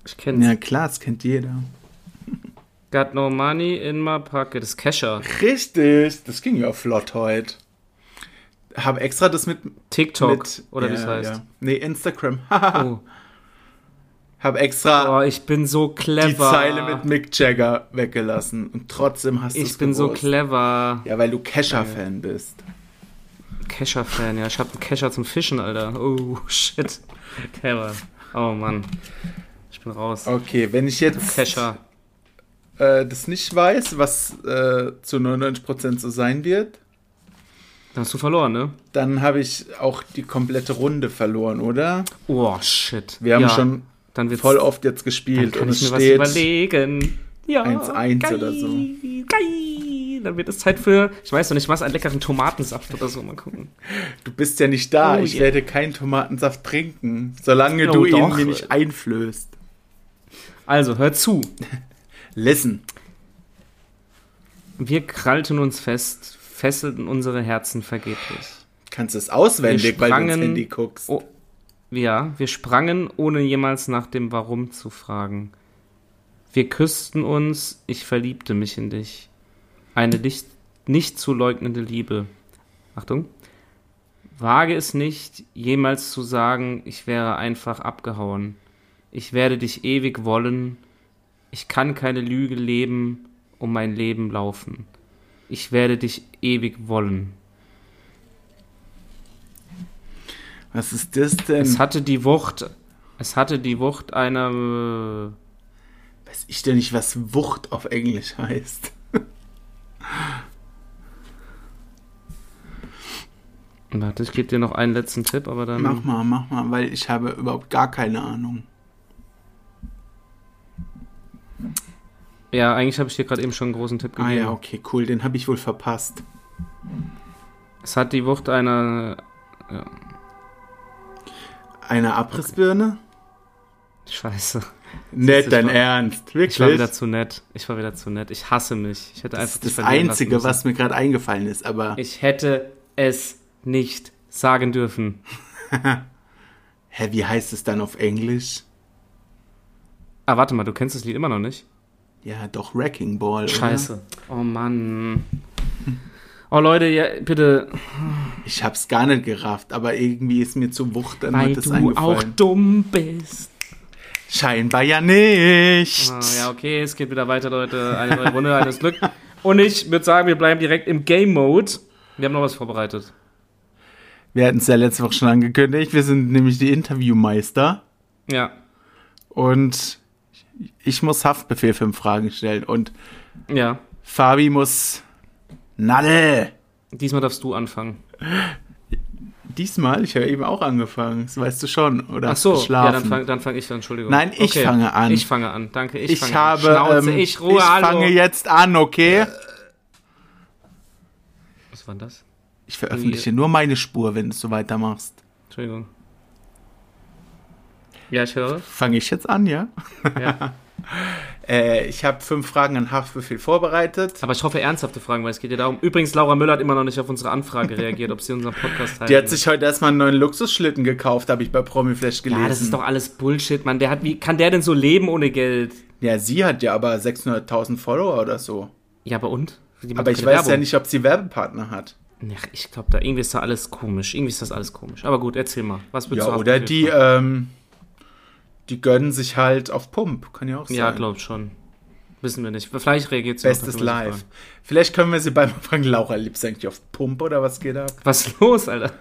A: Ich kenn's.
B: Ja klar, das kennt jeder.
A: Got no money in my pocket. Das ist Kesha.
B: Richtig, das ging ja flott heute. Hab extra das mit...
A: TikTok.
B: mit
A: oder wie
B: ja,
A: es heißt.
B: Ja. Nee, Instagram.
A: Oh.
B: Hab extra...
A: oh, ich bin so clever.
B: die Zeile mit Mick Jagger weggelassen und trotzdem hast du
A: ich bin so clever.
B: Ja, weil du Kesha-Fan bist.
A: Kesha-Fan, ja. Ich hab einen Kesha zum Fischen, Alter. Oh, shit. Clever. Oh, Mann. Ich bin raus.
B: Okay, wenn ich jetzt
A: Kesha.
B: äh, das nicht weiß, was äh, zu 99% so sein wird,
A: Da hast du verloren, ne?
B: Dann habe ich auch die komplette Runde verloren, oder?
A: Oh, shit.
B: Wir haben
A: Ja,
B: schon
A: dann wird's,
B: voll oft jetzt gespielt
A: kann
B: und es
A: ich mir
B: steht.
A: was überlegen. Ja,
B: 1-1
A: geil,
B: oder so.
A: Geil. Dann wird es Zeit für, ich weiß noch nicht was, einen leckeren Tomatensaft oder so. Mal gucken.
B: Du bist ja nicht da.
A: Oh,
B: ich
A: ja.
B: werde keinen Tomatensaft trinken, solange
A: Oh,
B: du ihn
A: doch.
B: mir nicht einflößt.
A: Also, hör zu.
B: Listen.
A: Wir krallten uns fest, fesselten unsere Herzen vergeblich.
B: Kannst es
A: Wir
B: auswendig, weil du ins
A: sprangen-
B: Handy guckst.
A: Oh, ja, wir sprangen, ohne jemals nach dem Warum zu fragen. Wir küssten uns, ich verliebte mich in dich. Eine nicht, nicht zu leugnende Liebe. Achtung. Wage es nicht, jemals zu sagen, ich wäre einfach abgehauen. Ich werde dich ewig wollen. Ich kann keine Lüge leben, um mein Leben laufen. Ich werde dich ewig wollen.
B: Was ist das denn?
A: Es hatte die Wucht, es hatte die Wucht einer,
B: Weiß ich denn nicht, was Wucht auf Englisch heißt?
A: äh, warte, ich gebe dir noch einen letzten Tipp, aber dann,
B: Mach mal, mach mal, weil ich habe überhaupt gar keine Ahnung.
A: ja, eigentlich habe ich dir gerade eben schon einen großen Tipp
B: Ah
A: gegeben.
B: ja, okay, cool. Den habe ich wohl verpasst.
A: Es hat die Wucht einer,
B: Eine Abrissbirne?
A: scheiße,
B: Nicht
A: ist
B: dein
A: doch-
B: Ernst. Wirklich?
A: ich war wieder zu nett, ich war wieder zu nett, ich hasse mich, ich hätte
B: das
A: einfach
B: ist das
A: dich verlieren
B: Einzige,
A: lassen müssen.
B: was mir gerade eingefallen ist, aber.
A: Ich hätte es nicht sagen dürfen.
B: Hä, wie heißt es dann auf Englisch?
A: Ah, warte mal, du kennst das Lied immer noch nicht?
B: Ja, doch, Wrecking Ball.
A: Scheiße. Oh Mann. Oh Leute, ja, bitte,
B: Oder? Ich hab's gar nicht gerafft, aber irgendwie ist mir zu Wucht dann
A: weil
B: heute das
A: du auch
B: eingefallen.
A: dumm bist.
B: Scheinbar ja nicht.
A: Ah, ja, okay, es geht wieder weiter, Leute. Eine neue Runde, alles Glück. Und ich würde sagen, wir bleiben direkt im Game-Mode. Wir haben noch was vorbereitet.
B: Wir hatten es ja letzte Woche schon angekündigt. Wir sind nämlich die Interviewmeister.
A: Ja.
B: Und ich muss Haftbefehl fünf Fragen stellen. Und
A: Ja.
B: Fabi muss Nadel.
A: Diesmal darfst du anfangen.
B: Diesmal, ich habe eben auch angefangen. Das weißt du schon. Oder
A: Ach
B: hast
A: so,
B: geschlafen.
A: ja, dann fange dann fang ich an, Entschuldigung.
B: Nein, ich fange an.
A: Ich fange an, danke. Ich,
B: ich
A: fange
B: habe.
A: an. Schnauze,
B: ähm,
A: ich Ruhe,
B: ich
A: hallo.
B: fange jetzt an, okay?
A: Was war das?
B: Ich veröffentliche nur meine Spur, wenn du so weitermachst.
A: Entschuldigung. Ja, ich höre.
B: Fange ich jetzt an, ja?
A: Ja.
B: Äh, ich habe fünf Fragen an Haftbefehl vorbereitet.
A: Aber ich hoffe, ernsthafte Fragen, weil es geht ja darum. Übrigens, Laura Müller hat immer noch nicht auf unsere Anfrage reagiert, ob sie unseren Podcast teilt.
B: Die hat sich heute erstmal einen neuen Luxusschlitten gekauft, habe ich bei Promiflash gelesen.
A: Ja, das ist doch alles Bullshit, Mann. Der hat, wie kann der denn so leben ohne Geld?
B: Ja, sie hat ja aber 600.000 Follower oder so.
A: Ja, aber und? Die macht
B: Aber
A: doch
B: ich
A: keine
B: weiß ja
A: Werbung.
B: nicht, ob sie Werbepartner hat.
A: Ach, ich glaube, da irgendwie ist da alles komisch. Irgendwie ist das alles komisch. Aber gut, erzähl mal. Was willst
B: Ja,
A: du
B: oder
A: abgeben?
B: die, ähm, die gönnen sich halt auf Pump. Kann ja auch sein.
A: Ja, glaub schon. Wissen wir nicht. Vielleicht reagiert sie. noch,
B: äh, Bestes
A: das können wir sie
B: Live.
A: fragen.
B: Vielleicht können wir sie bald mal fragen, Laura, liebst du eigentlich auf Pump oder was geht ab?
A: Was ist los, Alter?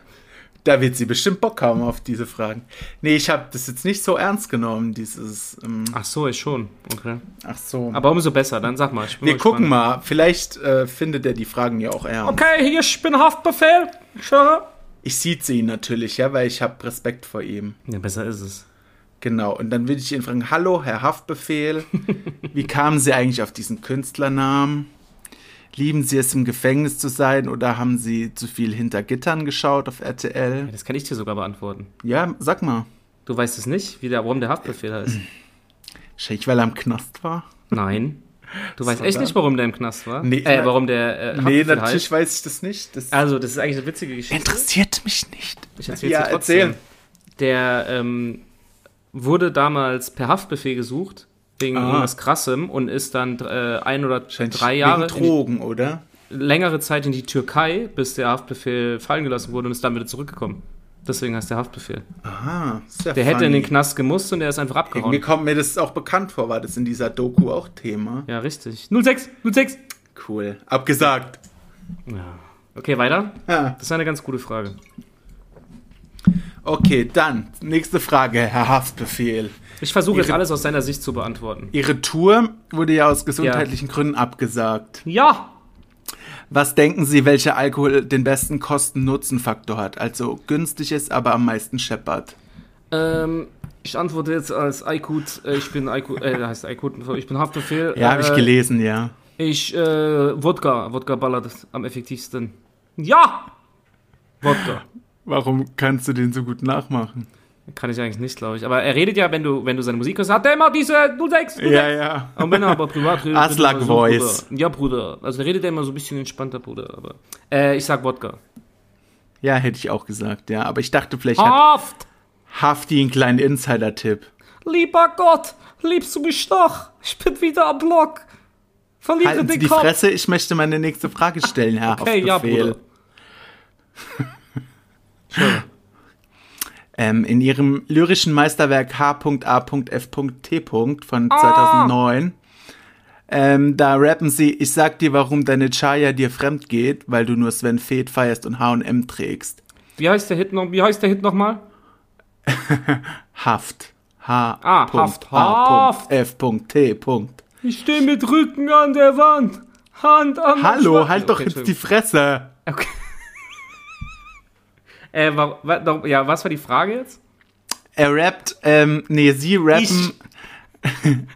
B: Da wird sie bestimmt Bock haben auf diese Fragen. Nee, ich habe das jetzt nicht so ernst genommen, dieses, ähm,
A: Ach so, ich schon. Okay.
B: ach so.
A: Aber umso besser. Dann sag mal. Ich bin
B: wir gucken
A: gespannt.
B: mal, vielleicht äh, findet er die Fragen ja auch ernst.
A: Okay, hier, ich bin Haftbefehl. Ich höre.
B: Ich sieht sie ihn natürlich, ja, weil ich habe Respekt vor ihm.
A: Ja, besser ist es.
B: Genau, und dann würde ich ihn fragen, hallo, Herr Haftbefehl, wie kamen Sie eigentlich auf diesen Künstlernamen? Lieben Sie es, im Gefängnis zu sein oder haben Sie zu viel hinter Gittern geschaut auf
A: Ja,
B: RTL?
A: das kann ich dir sogar beantworten.
B: Ja, sag mal.
A: Du weißt es nicht, wie der, warum der Haftbefehl heißt.
B: Wahrscheinlich, weil er im Knast war?
A: Nein. Du weißt echt
B: Sondern-
A: nicht, warum der im Knast war?
B: Nee,
A: äh,
B: na-
A: warum der äh,
B: Nee,
A: Haftbefehl
B: natürlich
A: heißt.
B: weiß ich das nicht. Das
A: Also, das ist eigentlich eine witzige Geschichte.
B: Ah, interessiert mich nicht.
A: Ich erzähl's
B: Ja,
A: dir trotzdem.
B: erzähl.
A: Der ähm, wurde damals per Haftbefehl gesucht wegen
B: Ah.
A: irgendwas Krassem und ist dann äh, ein oder
B: Wahrscheinlich
A: drei Jahre
B: wegen
A: in
B: Drogen, oder?
A: die, längere Zeit in die Türkei, bis der Haftbefehl fallen gelassen wurde und ist dann wieder zurückgekommen. Deswegen heißt der Haftbefehl.
B: Aha, ist ja
A: Der hätte
B: funny.
A: in den Knast gemusst und der ist einfach
B: Irgendwie
A: abgehauen.
B: kommt mir das auch bekannt vor, war das in dieser Doku auch Thema?
A: Ja, richtig. 06, 06.
B: Cool. Abgesagt.
A: Ja. Okay, weiter.
B: Ja.
A: Das ist eine ganz gute Frage.
B: Okay, dann nächste Frage, Herr Haftbefehl.
A: Ich versuche jetzt
B: Ihre-
A: alles aus seiner Sicht zu beantworten.
B: Ihre Tour wurde ja aus gesundheitlichen Gründen abgesagt.
A: Ja!
B: Was denken Sie, welcher Alkohol den besten Kosten-Nutzen-Faktor hat? Also günstig ist, aber am meisten scheppert.
A: Ähm, ich antworte jetzt als Aykut, äh, ich bin Aykut, äh, heißt Aykut, ich bin Haftbefehl.
B: Ja, habe ich
A: äh,
B: gelesen, ja.
A: Ich, äh, Wodka, Wodka ballert am effektivsten. Ja! Wodka.
B: Warum kannst du den so gut nachmachen?
A: Kann ich eigentlich nicht, glaube ich. Aber er redet ja, wenn du, wenn du seine Musik hörst, hat er immer diese 06, 06.
B: Ja, ja.
A: Und wenn er aber privat redet.
B: Aslak
A: redet er
B: Voice.
A: Bruder. Ja, Bruder. Also der redet ja immer so ein bisschen entspannter, Bruder. Aber, äh, ich sag Wodka.
B: Ja, hätte ich auch gesagt, ja. Aber ich dachte, vielleicht hat
A: Haft!
B: Hafti einen kleinen Insider-Tipp.
A: Lieber Gott, liebst du mich noch? Ich bin wieder am Block. Verliere
B: Halten Sie
A: den
B: die
A: Kopf.
B: Fresse, ich möchte meine nächste Frage stellen, Herr
A: Okay, ja,
B: Haftbefehl.
A: Bruder. Schön.
B: ähm, in ihrem lyrischen Meisterwerk H.A.F.T. von
A: Ah!
B: 2009, ähm, da rappen sie, ich sag dir, warum deine Chaya dir fremd geht, weil du nur Sven Feth feierst und H&M trägst.
A: Wie heißt der Hit noch? Wie heißt der Hit nochmal?
B: Haft.
A: Ah, Haft.
B: H.A.F.T.
A: Ich stehe mit Rücken an der Wand. Hand an der
B: Hallo,
A: Schwa-
B: halt doch
A: Okay,
B: jetzt die Fresse.
A: Okay. äh, wa wa wa- ja, was war die Frage jetzt?
B: Er rappt, ähm, nee, sie rappen.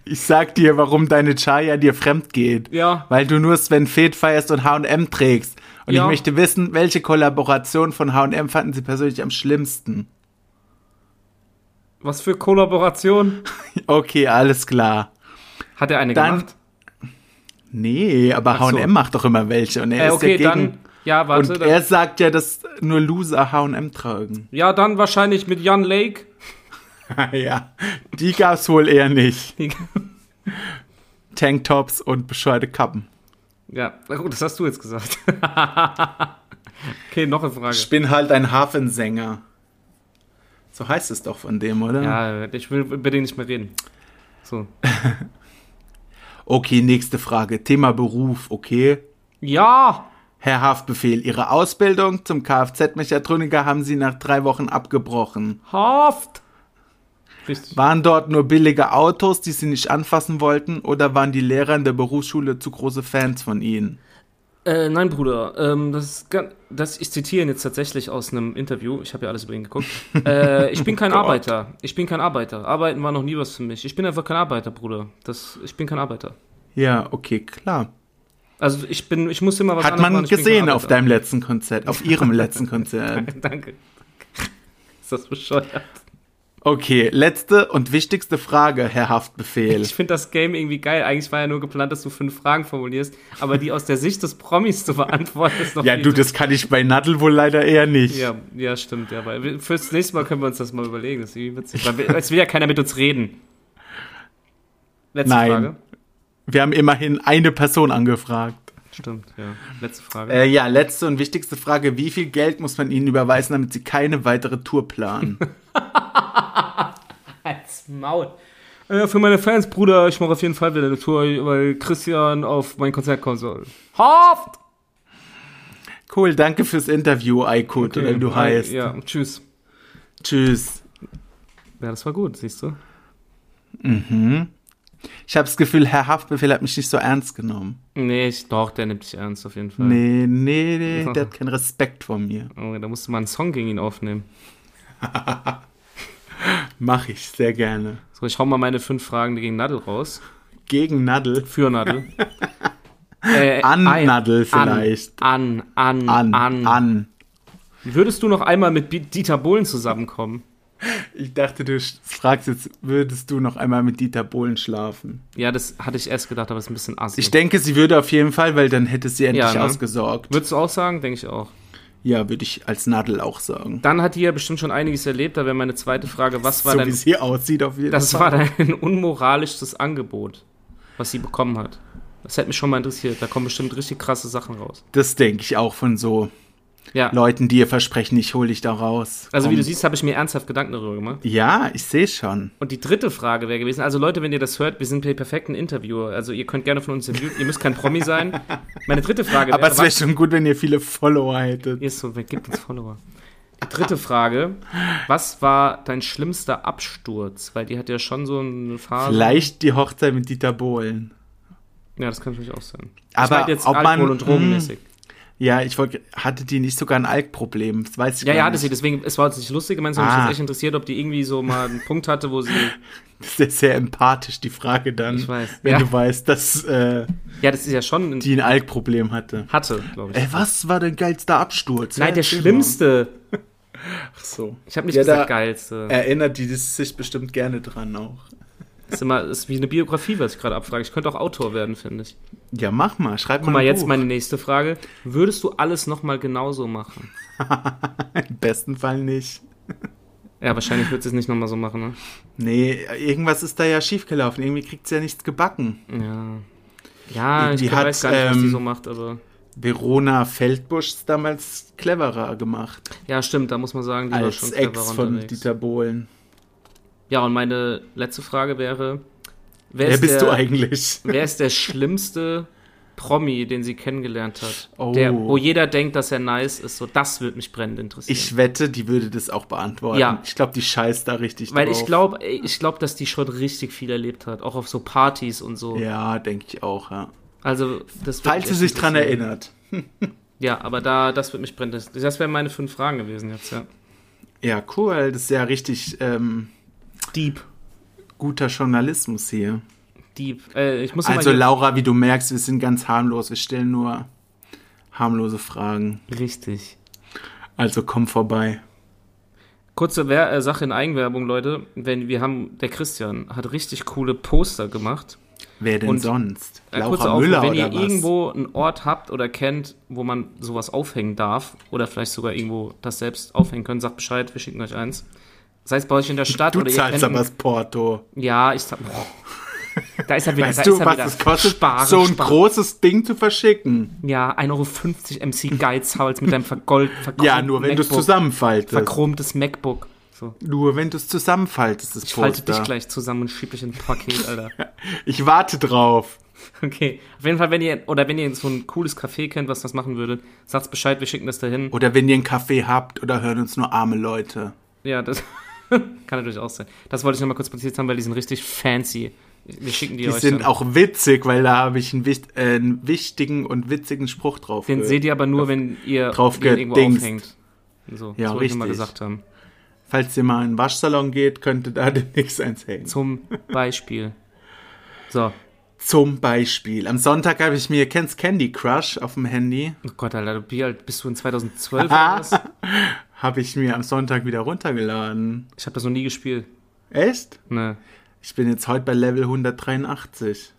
B: Ich, sag dir, warum deine Chaya dir fremd geht.
A: Ja.
B: Weil du nur Sven Feth feierst und H&M trägst. Und
A: Ja.
B: ich möchte wissen, welche Kollaboration von H&M fanden sie persönlich am schlimmsten?
A: Was für Kollaboration?
B: Okay, alles klar.
A: Hat er eine
B: Dann-
A: gemacht?
B: Nee, aber
A: Ach so.
B: H&M macht doch immer welche. Und er
A: Äh,
B: ist
A: okay,
B: ja
A: dann.
B: gegen.
A: Ja, warte.
B: und
A: dann,
B: er sagt ja, dass nur Loser H&M tragen.
A: ja, dann wahrscheinlich mit Jan Lake.
B: ja, die gab's wohl eher nicht. Tanktops und bescheuerte Kappen.
A: ja, na gut, das hast du jetzt gesagt. okay, noch eine Frage.
B: Ich bin halt ein Hafensänger. So heißt es doch von dem, oder?
A: Ja, ich will über den nicht mehr reden. So.
B: Okay, nächste Frage. Thema Beruf, okay?
A: Ja!
B: Herr Haftbefehl, Ihre Ausbildung zum Kfz-Mechatroniker haben Sie nach drei Wochen abgebrochen.
A: Haft! Richtig.
B: Waren dort nur billige Autos, die Sie nicht anfassen wollten, oder waren die Lehrer in der Berufsschule zu große Fans von Ihnen?
A: Äh, nein, Bruder, ähm, das ist gan- das, ich zitiere ihn jetzt tatsächlich aus einem Interview. Ich habe ja alles über ihn geguckt. Äh, ich bin kein
B: Oh Gott.
A: Arbeiter. Ich bin kein Arbeiter. Arbeiten war noch nie was für mich. Ich bin einfach kein Arbeiter, Bruder. Das, ich bin kein Arbeiter.
B: Ja, okay, klar.
A: Also ich bin, ich muss immer was
B: Hat
A: anderes
B: man
A: machen. Ich bin
B: gesehen
A: kein
B: auf
A: Arbeiter.
B: deinem letzten Konzert, auf Ihrem letzten Konzert.
A: Danke. Ist das bescheuert?
B: Okay, letzte und wichtigste Frage, Herr Haftbefehl.
A: Ich finde das Game irgendwie geil. Eigentlich war ja nur geplant, dass du fünf Fragen formulierst, aber die aus der Sicht des Promis zu beantworten ist noch
B: Ja,
A: viel
B: du, das kann ich bei Nadel wohl leider eher nicht.
A: Ja, ja, stimmt. Ja, weil wir- fürs nächste Mal können wir uns das mal überlegen. Das ist irgendwie witzig. Weil wir, es will ja keiner mit uns reden. Letzte
B: Nein.
A: Frage.
B: Wir haben immerhin eine Person angefragt.
A: Stimmt, ja. Letzte Frage.
B: Äh, ja, letzte und wichtigste Frage: Wie viel Geld muss man ihnen überweisen, damit sie keine weitere Tour planen?
A: Als Maul. Äh, für meine Fans, Bruder, ich mache auf jeden Fall wieder eine Tour, weil Christian auf mein Konzert kommen soll. Hofft!
B: cool, danke fürs Interview, Aykut, oder du heißt.
A: Äh, Ja, tschüss.
B: Tschüss.
A: Ja, das war gut, siehst du?
B: Ich habe das Gefühl, Herr Haftbefehl hat mich nicht so ernst genommen.
A: Nee, ich, doch, der nimmt dich ernst auf jeden Fall.
B: Nee, nee, nee, der hat keinen Respekt vor mir.
A: Oh, da musst du mal einen Song gegen ihn aufnehmen.
B: Mach ich sehr gerne.
A: So, ich hau mal meine fünf Fragen gegen Nadel raus.
B: Gegen Nadel.
A: Für Nadel. Äh,
B: An
A: ein-
B: Nadel vielleicht.
A: An, an,
B: An,
A: an,
B: an.
A: Würdest du noch einmal mit Bi- Dieter Bohlen zusammenkommen?
B: Ich dachte, du sch- fragst jetzt, würdest du noch einmal mit Dieter Bohlen schlafen?
A: Ja, das hatte ich erst gedacht, aber ist ein bisschen assi.
B: Ich denke, sie würde auf jeden Fall, weil dann hätte sie endlich
A: Ja, ne?
B: ausgesorgt.
A: Würdest du auch sagen? Denke ich auch.
B: Ja, würde ich als Nadel auch sagen.
A: Dann hat die ja bestimmt schon einiges erlebt, da wäre meine zweite Frage, was war
B: so wie
A: dein,
B: sie aussieht auf jeden
A: das war
B: Fall.
A: dein unmoralischstes Angebot, was sie bekommen hat? Das hätte mich schon mal interessiert, da kommen bestimmt richtig krasse Sachen raus.
B: das denke ich auch von so
A: Ja,
B: Leuten, die ihr versprechen, ich hole dich da raus.
A: also wie
B: Komm.
A: du siehst, habe ich mir ernsthaft Gedanken darüber gemacht.
B: Ja, ich sehe schon.
A: Und die dritte Frage wäre gewesen, also Leute, wenn ihr das hört, wir sind die perfekten Interviewer. Also ihr könnt gerne von uns interviewen, ihr müsst kein Promi sein. Meine dritte Frage
B: Aber es wäre
A: was-
B: schon gut, wenn ihr viele Follower hättet.
A: Hier ist so, wer gibt uns Follower? Die dritte Frage, was war dein schlimmster Absturz? Weil die hat ja schon so eine Phase.
B: Vielleicht die Hochzeit mit Dieter Bohlen.
A: Ja, das kann natürlich auch sein.
B: Aber
A: meinte jetzt
B: ob man- Mhm.
A: Alkohol- und drogenmäßig.
B: Ja, ich wollte, hatte die nicht sogar ein Alkproblem? Das weiß ich
A: Ja,
B: gar
A: ja,
B: nicht.
A: hatte sie, deswegen, es war jetzt nicht lustig gemeint, sondern
B: Ah.
A: mich hat echt interessiert, ob die irgendwie so mal einen Punkt hatte, wo sie.
B: Das ist ja sehr empathisch, die Frage dann.
A: Ich weiß,
B: Wenn
A: ja.
B: du weißt, dass äh,
A: Ja, das ist ja schon ein,
B: die Äh, ein Alkproblem hatte.
A: hatte, glaube ich.
B: Ey, was war dein geilster Absturz?
A: Nein, der
B: Erzähl mal.
A: schlimmste.
B: Ach so.
A: Ich habe nicht
B: Ja,
A: gesagt,
B: da- Äh.
A: geilste.
B: Erinnert die sich bestimmt gerne dran auch.
A: Das ist immer ist wie eine Biografie, was ich gerade abfrage. Ich könnte auch Autor werden, finde ich.
B: Ja, mach mal, schreib
A: Guck
B: mal.
A: mal,
B: ein
A: jetzt
B: Buch.
A: meine nächste Frage. Würdest du alles nochmal genauso machen?
B: Im besten Fall nicht.
A: Ja, wahrscheinlich würdest du es nicht nochmal so machen, ne?
B: Nee, irgendwas ist da ja schiefgelaufen. Irgendwie kriegt sie ja nichts gebacken.
A: ne? Ja. Ja, ich
B: Die
A: glaub,
B: hat,
A: weiß gar nicht, was die
B: ähm,
A: so macht, aber.
B: Verona Feldbusch ist damals cleverer gemacht
A: Ja, stimmt, da muss man sagen, die war
B: als
A: schon clever
B: Ex von
A: unterwegs.
B: Dieter Bohlen.
A: Ja, und meine letzte Frage wäre: Wer,
B: Wer
A: ist
B: bist
A: der,
B: du eigentlich?
A: Wer ist der schlimmste Promi, den sie kennengelernt hat?
B: Oh.
A: Der, wo jeder denkt, dass er nice ist, so das würde mich brennend interessieren.
B: Ich wette, die würde das auch beantworten.
A: Ja.
B: Ich glaube, die scheißt da richtig
A: Weil
B: drauf.
A: ich glaube, ich glaube, dass die schon richtig viel erlebt hat, auch auf so Partys und so.
B: Ja, denke ich auch, ja.
A: Also das würd
B: Falls
A: mich
B: sie
A: echt
B: sich dran
A: interessieren.
B: erinnert.
A: Ja, aber da, das wird mich brennend. interessieren. Das wären meine fünf Fragen gewesen jetzt. Ja.
B: Ja, cool. Das ist ja richtig ähm,
A: Deep,
B: guter Journalismus hier.
A: deep. Äh, ich muss noch
B: Also,
A: mal
B: Laura, wie du merkst, wir sind ganz harmlos. Wir stellen nur harmlose Fragen.
A: hier richtig.
B: Also, komm vorbei.
A: Kurze Wer äh, Sache in Eigenwerbung, Leute. Wenn wir haben, der Christian hat richtig coole Poster gemacht.
B: Wer denn
A: Und-
B: sonst?
A: Äh, kurzer
B: Laura
A: Aufruf,
B: Müller
A: wenn
B: oder
A: ihr
B: was?
A: irgendwo einen Ort habt oder kennt, wo man sowas aufhängen darf oder vielleicht sogar irgendwo das selbst aufhängen könnt, sagt Bescheid, wir schicken euch eins. Sei es bei euch in der Stadt
B: du
A: oder ihr
B: zahlst
A: kennt
B: aber das Porto.
A: Ja, ich sag. Boah. Da ist er wieder.
B: Weißt
A: da
B: du,
A: ist er
B: was
A: wieder.
B: es kostet,
A: Sparen,
B: so ein
A: sparen.
B: großes Ding zu verschicken?
A: Ja, 1,50 Euro MC Geizhals mit deinem vergold, verchromten
B: Ja, nur wenn du es
A: MacBook.
B: zusammenfaltest.
A: Verchromtes MacBook. So.
B: Nur wenn du es zusammenfaltest, das
A: Ich falte
B: Poster.
A: dich gleich zusammen und schieb dich in ein Paket, Alter.
B: Ich warte drauf.
A: Okay. Auf jeden Fall, wenn ihr, oder wenn ihr so ein cooles Café kennt, was das machen würde, sagt's Bescheid, wir schicken das dahin.
B: Oder wenn ihr einen Kaffee habt oder hören uns nur arme Leute.
A: Ja, das kann natürlich auch sein. Das wollte ich nochmal kurz präzisiert haben, weil die sind richtig fancy. Wir schicken die,
B: Die
A: euch
B: sind
A: dann.
B: auch witzig, weil da habe ich einen, wicht- äh, einen wichtigen und witzigen Spruch drauf.
A: Den
B: gehört.
A: seht ihr aber nur, wenn ihr
B: äh, drauf
A: den irgendwo
B: gedingst.
A: aufhängt. So,
B: Ja,
A: das wollte ich nochmal
B: richtig.
A: gesagt haben.
B: Falls ihr mal in einen Waschsalon geht, könnte da demnächst eins hängen.
A: Zum Beispiel. So.
B: Zum Beispiel. Am Sonntag habe ich mir, kennst Candy Crush auf dem Handy?
A: Oh Gott, Alter, du- wie alt bist du in 2012 oder was?
B: Habe ich mir am Sonntag wieder runtergeladen.
A: Ich habe das noch nie gespielt.
B: Echt?
A: Ne.
B: Ich bin jetzt heute bei Level 183.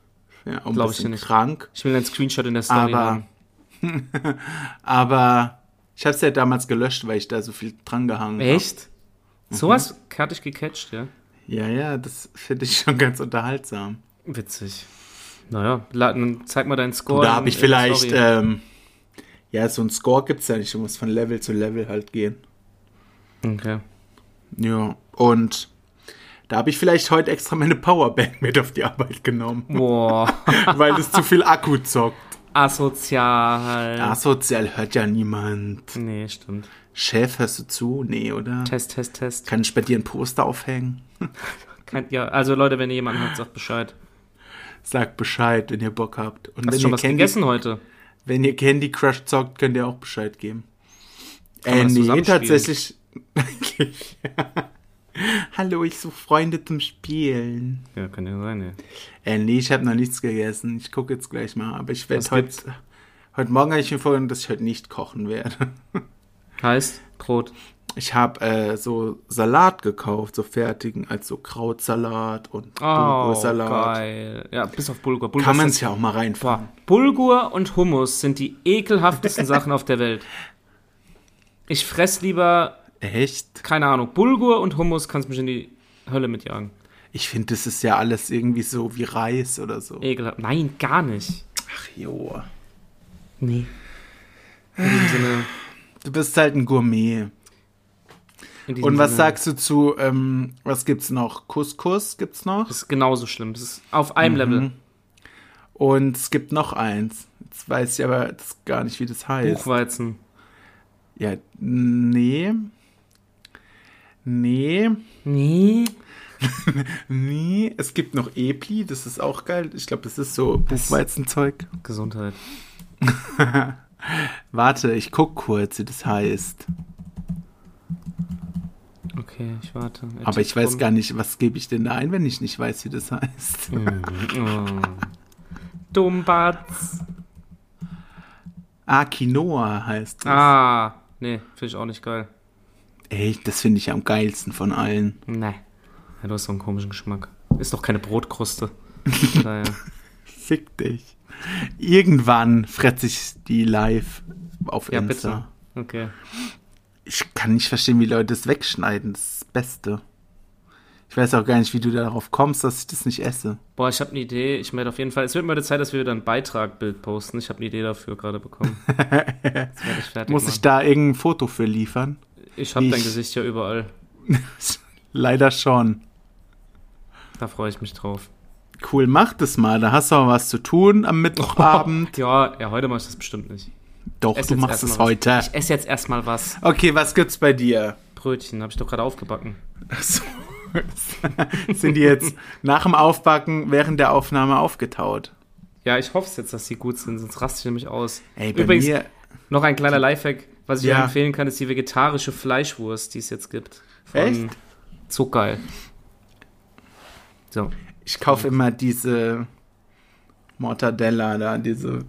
B: Ja, auch
A: Glaub
B: ein
A: ich dir
B: bisschen
A: nicht.
B: krank.
A: Ich will einen Screenshot in der Story
B: Aber-
A: haben.
B: Aber ich habe es ja damals gelöscht, weil ich da so viel dran gehangen habe.
A: Echt? Sowas
B: Mhm.
A: hatte ich gecatcht, ja.
B: Ja, ja, das finde ich schon ganz unterhaltsam.
A: Witzig. Naja, la- dann zeig mal deinen Score.
B: Oder habe
A: in-
B: ich
A: in der
B: vielleicht,
A: Story.
B: ähm, ja, so ein Score gibt's ja nicht, du musst von Level zu Level halt gehen.
A: okay.
B: Ja, und da habe ich vielleicht heute extra meine Powerbank mit auf die Arbeit genommen,
A: Boah,
B: weil es zu viel Akku zockt.
A: asozial.
B: Asozial hört ja niemand.
A: Nee, stimmt.
B: Chef, hörst du zu? Nee, oder?
A: Test, Test, Test.
B: Kann ich bei dir ein Poster aufhängen?
A: Kein, ja, also Leute, wenn ihr jemanden habt, sagt Bescheid.
B: Sagt Bescheid, wenn ihr Bock habt. Und
A: Hast du
B: wenn
A: schon
B: ihr,
A: was
B: Candy,
A: gegessen heute?
B: wenn ihr Candy Crush zockt, könnt ihr auch Bescheid geben.
A: man
B: Äh,
A: das
B: nee,
A: zusammenspielen?
B: tatsächlich. Hallo, ich suche Freunde zum Spielen.
A: Ja, kann ja sein, ja.
B: Äh, nee, ich habe noch nichts gegessen. Ich gucke jetzt gleich mal. Aber ich werde
A: Was gibt's?
B: heute. Heute Morgen habe ich mir vorgenommen, dass ich heute nicht kochen werde.
A: Heißt Brot.
B: Ich habe äh, so Salat gekauft, so fertigen, als so Krautsalat und
A: Oh,
B: Bulgursalat.
A: geil. Ja, bis auf Bulgur. Bulgur
B: Kann
A: ist
B: man
A: das-
B: es ja auch mal reinfahren.
A: Boah, Bulgur und Hummus sind die ekelhaftesten Sachen auf der Welt. Ich fress lieber,
B: Echt?
A: keine Ahnung, Bulgur und Hummus kannst mich in die Hölle mitjagen.
B: Ich finde, das ist ja alles irgendwie so wie Reis oder so.
A: Ekelhaft. Nein, gar nicht.
B: Ach jo.
A: Nee. In diesem Sinne.
B: Du bist halt ein Gourmet.
A: In diesem
B: Und was
A: Sinne,
B: sagst du zu, ähm, was gibt's noch? Couscous gibt's noch?
A: Das ist genauso schlimm. Das ist auf einem
B: Mhm.
A: Level.
B: Und es gibt noch eins. Jetzt weiß ich aber jetzt gar nicht, wie das heißt.
A: Buchweizen.
B: Ja, nee. Nee.
A: Nee.
B: Nee. Es gibt noch E Epli, das ist auch geil. Ich glaube, das ist so Buchweizenzeug.
A: Gesundheit.
B: Warte, ich guck kurz, wie das heißt.
A: Okay, ich warte. Er
B: Aber ich
A: tippt
B: weiß gar nicht, was gebe ich denn da ein, wenn ich nicht weiß, wie das heißt.
A: rum. Oh. Dummbatz.
B: Ah, Quinoa heißt das.
A: Ah, nee, finde ich auch nicht geil.
B: Ey, das finde ich am geilsten von allen.
A: Nee. Ja, du hast so einen komischen Geschmack. Ist doch keine Brotkruste. Daher.
B: Fick dich. Irgendwann fretze ich die live auf
A: Ja,
B: Insta.
A: bitte. Okay.
B: Ich kann nicht verstehen, wie Leute das wegschneiden. Das ist das Beste. Ich weiß auch gar nicht, wie du darauf kommst, dass ich das nicht esse.
A: Boah, ich habe eine Idee. Ich werde auf jeden Fall. Es wird mal die Zeit, dass wir wieder ein Beitragbild posten. Ich habe eine Idee dafür gerade bekommen. Das werde ich fertig
B: Muss ich
A: machen.
B: da irgendein Foto für liefern?
A: Ich, habe dein
B: ich-
A: Gesicht ja überall.
B: Leider schon.
A: Da freue ich mich drauf.
B: Cool, mach das mal. Da hast du mal was zu tun am Mittwochabend.
A: Ja, ja, heute mache ich das bestimmt nicht.
B: Doch,
A: Ess
B: du
A: jetzt
B: machst es
A: erstmal
B: heute.
A: was. Ich esse jetzt erstmal was.
B: Okay, was gibt's bei dir?
A: Brötchen habe ich doch gerade aufgebacken.
B: Ach so. Sind die jetzt nach dem Aufbacken während der Aufnahme aufgetaut?
A: Ja, ich hoffe es jetzt, dass die gut sind, sonst raste ich nämlich aus.
B: Ey, bei
A: Übrigens,
B: mir.
A: noch ein kleiner Lifehack, was ich
B: Ja.
A: euch empfehlen kann, ist die vegetarische Fleischwurst, die es jetzt gibt.
B: Echt?
A: Zuckerl. So.
B: Ich kaufe immer diese Mortadella da, diese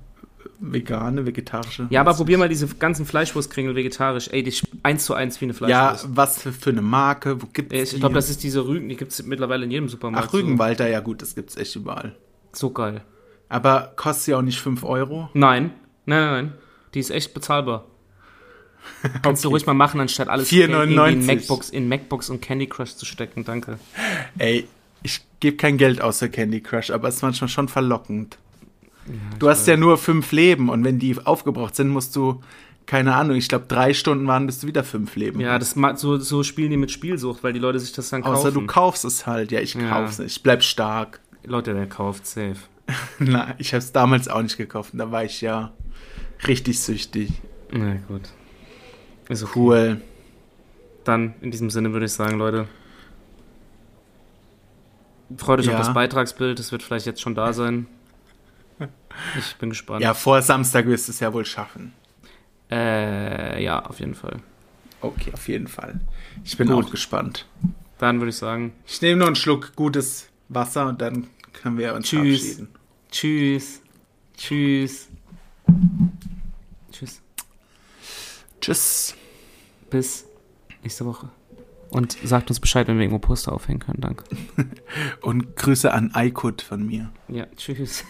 B: vegane, vegetarische.
A: Ja, aber probier mal diese ganzen Fleischwurstkringel vegetarisch. Ey, die ist eins zu eins wie eine
B: Ja,
A: Fleischwurst.
B: was für, für eine Marke? Wo gibt's
A: Ey, Ich
B: die?
A: glaube, das ist diese Rügen, die gibt es mittlerweile in jedem Supermarkt.
B: Ach, Rügenwalder, ja gut, das gibt's echt überall.
A: So, so geil.
B: Aber kostet ja auch nicht 5 Euro.
A: Nein, nein, nein, nein. Die ist echt bezahlbar. Kannst du ruhig mal machen, anstatt alles irgendwie in
B: 4,99.
A: MacBooks, in MacBooks und Candy Crush zu stecken. Danke.
B: Ey, ich gebe kein Geld aus für Candy Crush, aber es ist manchmal schon verlockend. du hast ja nur fünf Leben und wenn die aufgebraucht sind, musst du, keine Ahnung, ich glaube, drei Stunden waren, bis du wieder fünf Leben
A: Ja, das ma- so, so spielen die mit Spielsucht, weil die Leute sich das dann kaufen.
B: Außer du kaufst es halt. Ja, ich
A: Ja.
B: kauf's nicht. Ich bleib stark.
A: Leute, wer kauft, safe.
B: Na, ich hab's damals auch nicht gekauft. und Da war ich ja richtig süchtig.
A: Na gut. Ist okay.
B: Cool.
A: Dann, in diesem Sinne würde ich sagen, Leute, freut euch
B: Ja.
A: auf das Beitragsbild, es wird vielleicht jetzt schon da sein. Ich bin gespannt.
B: Ja, vor Samstag wirst du es ja wohl schaffen.
A: Äh, ja, auf jeden Fall.
B: Okay, auf jeden Fall. Ich bin
A: Gut.
B: auch gespannt.
A: Dann würde ich sagen,
B: Ich nehme nur einen Schluck gutes Wasser und dann können wir uns
A: Tschüss.
B: verabschieden.
A: tschüss. Tschüss. Tschüss.
B: Tschüss.
A: Bis nächste Woche. Und sagt uns Bescheid, wenn wir irgendwo Poster aufhängen können. Danke.
B: Und Grüße an Aykut von mir.
A: Ja, tschüss.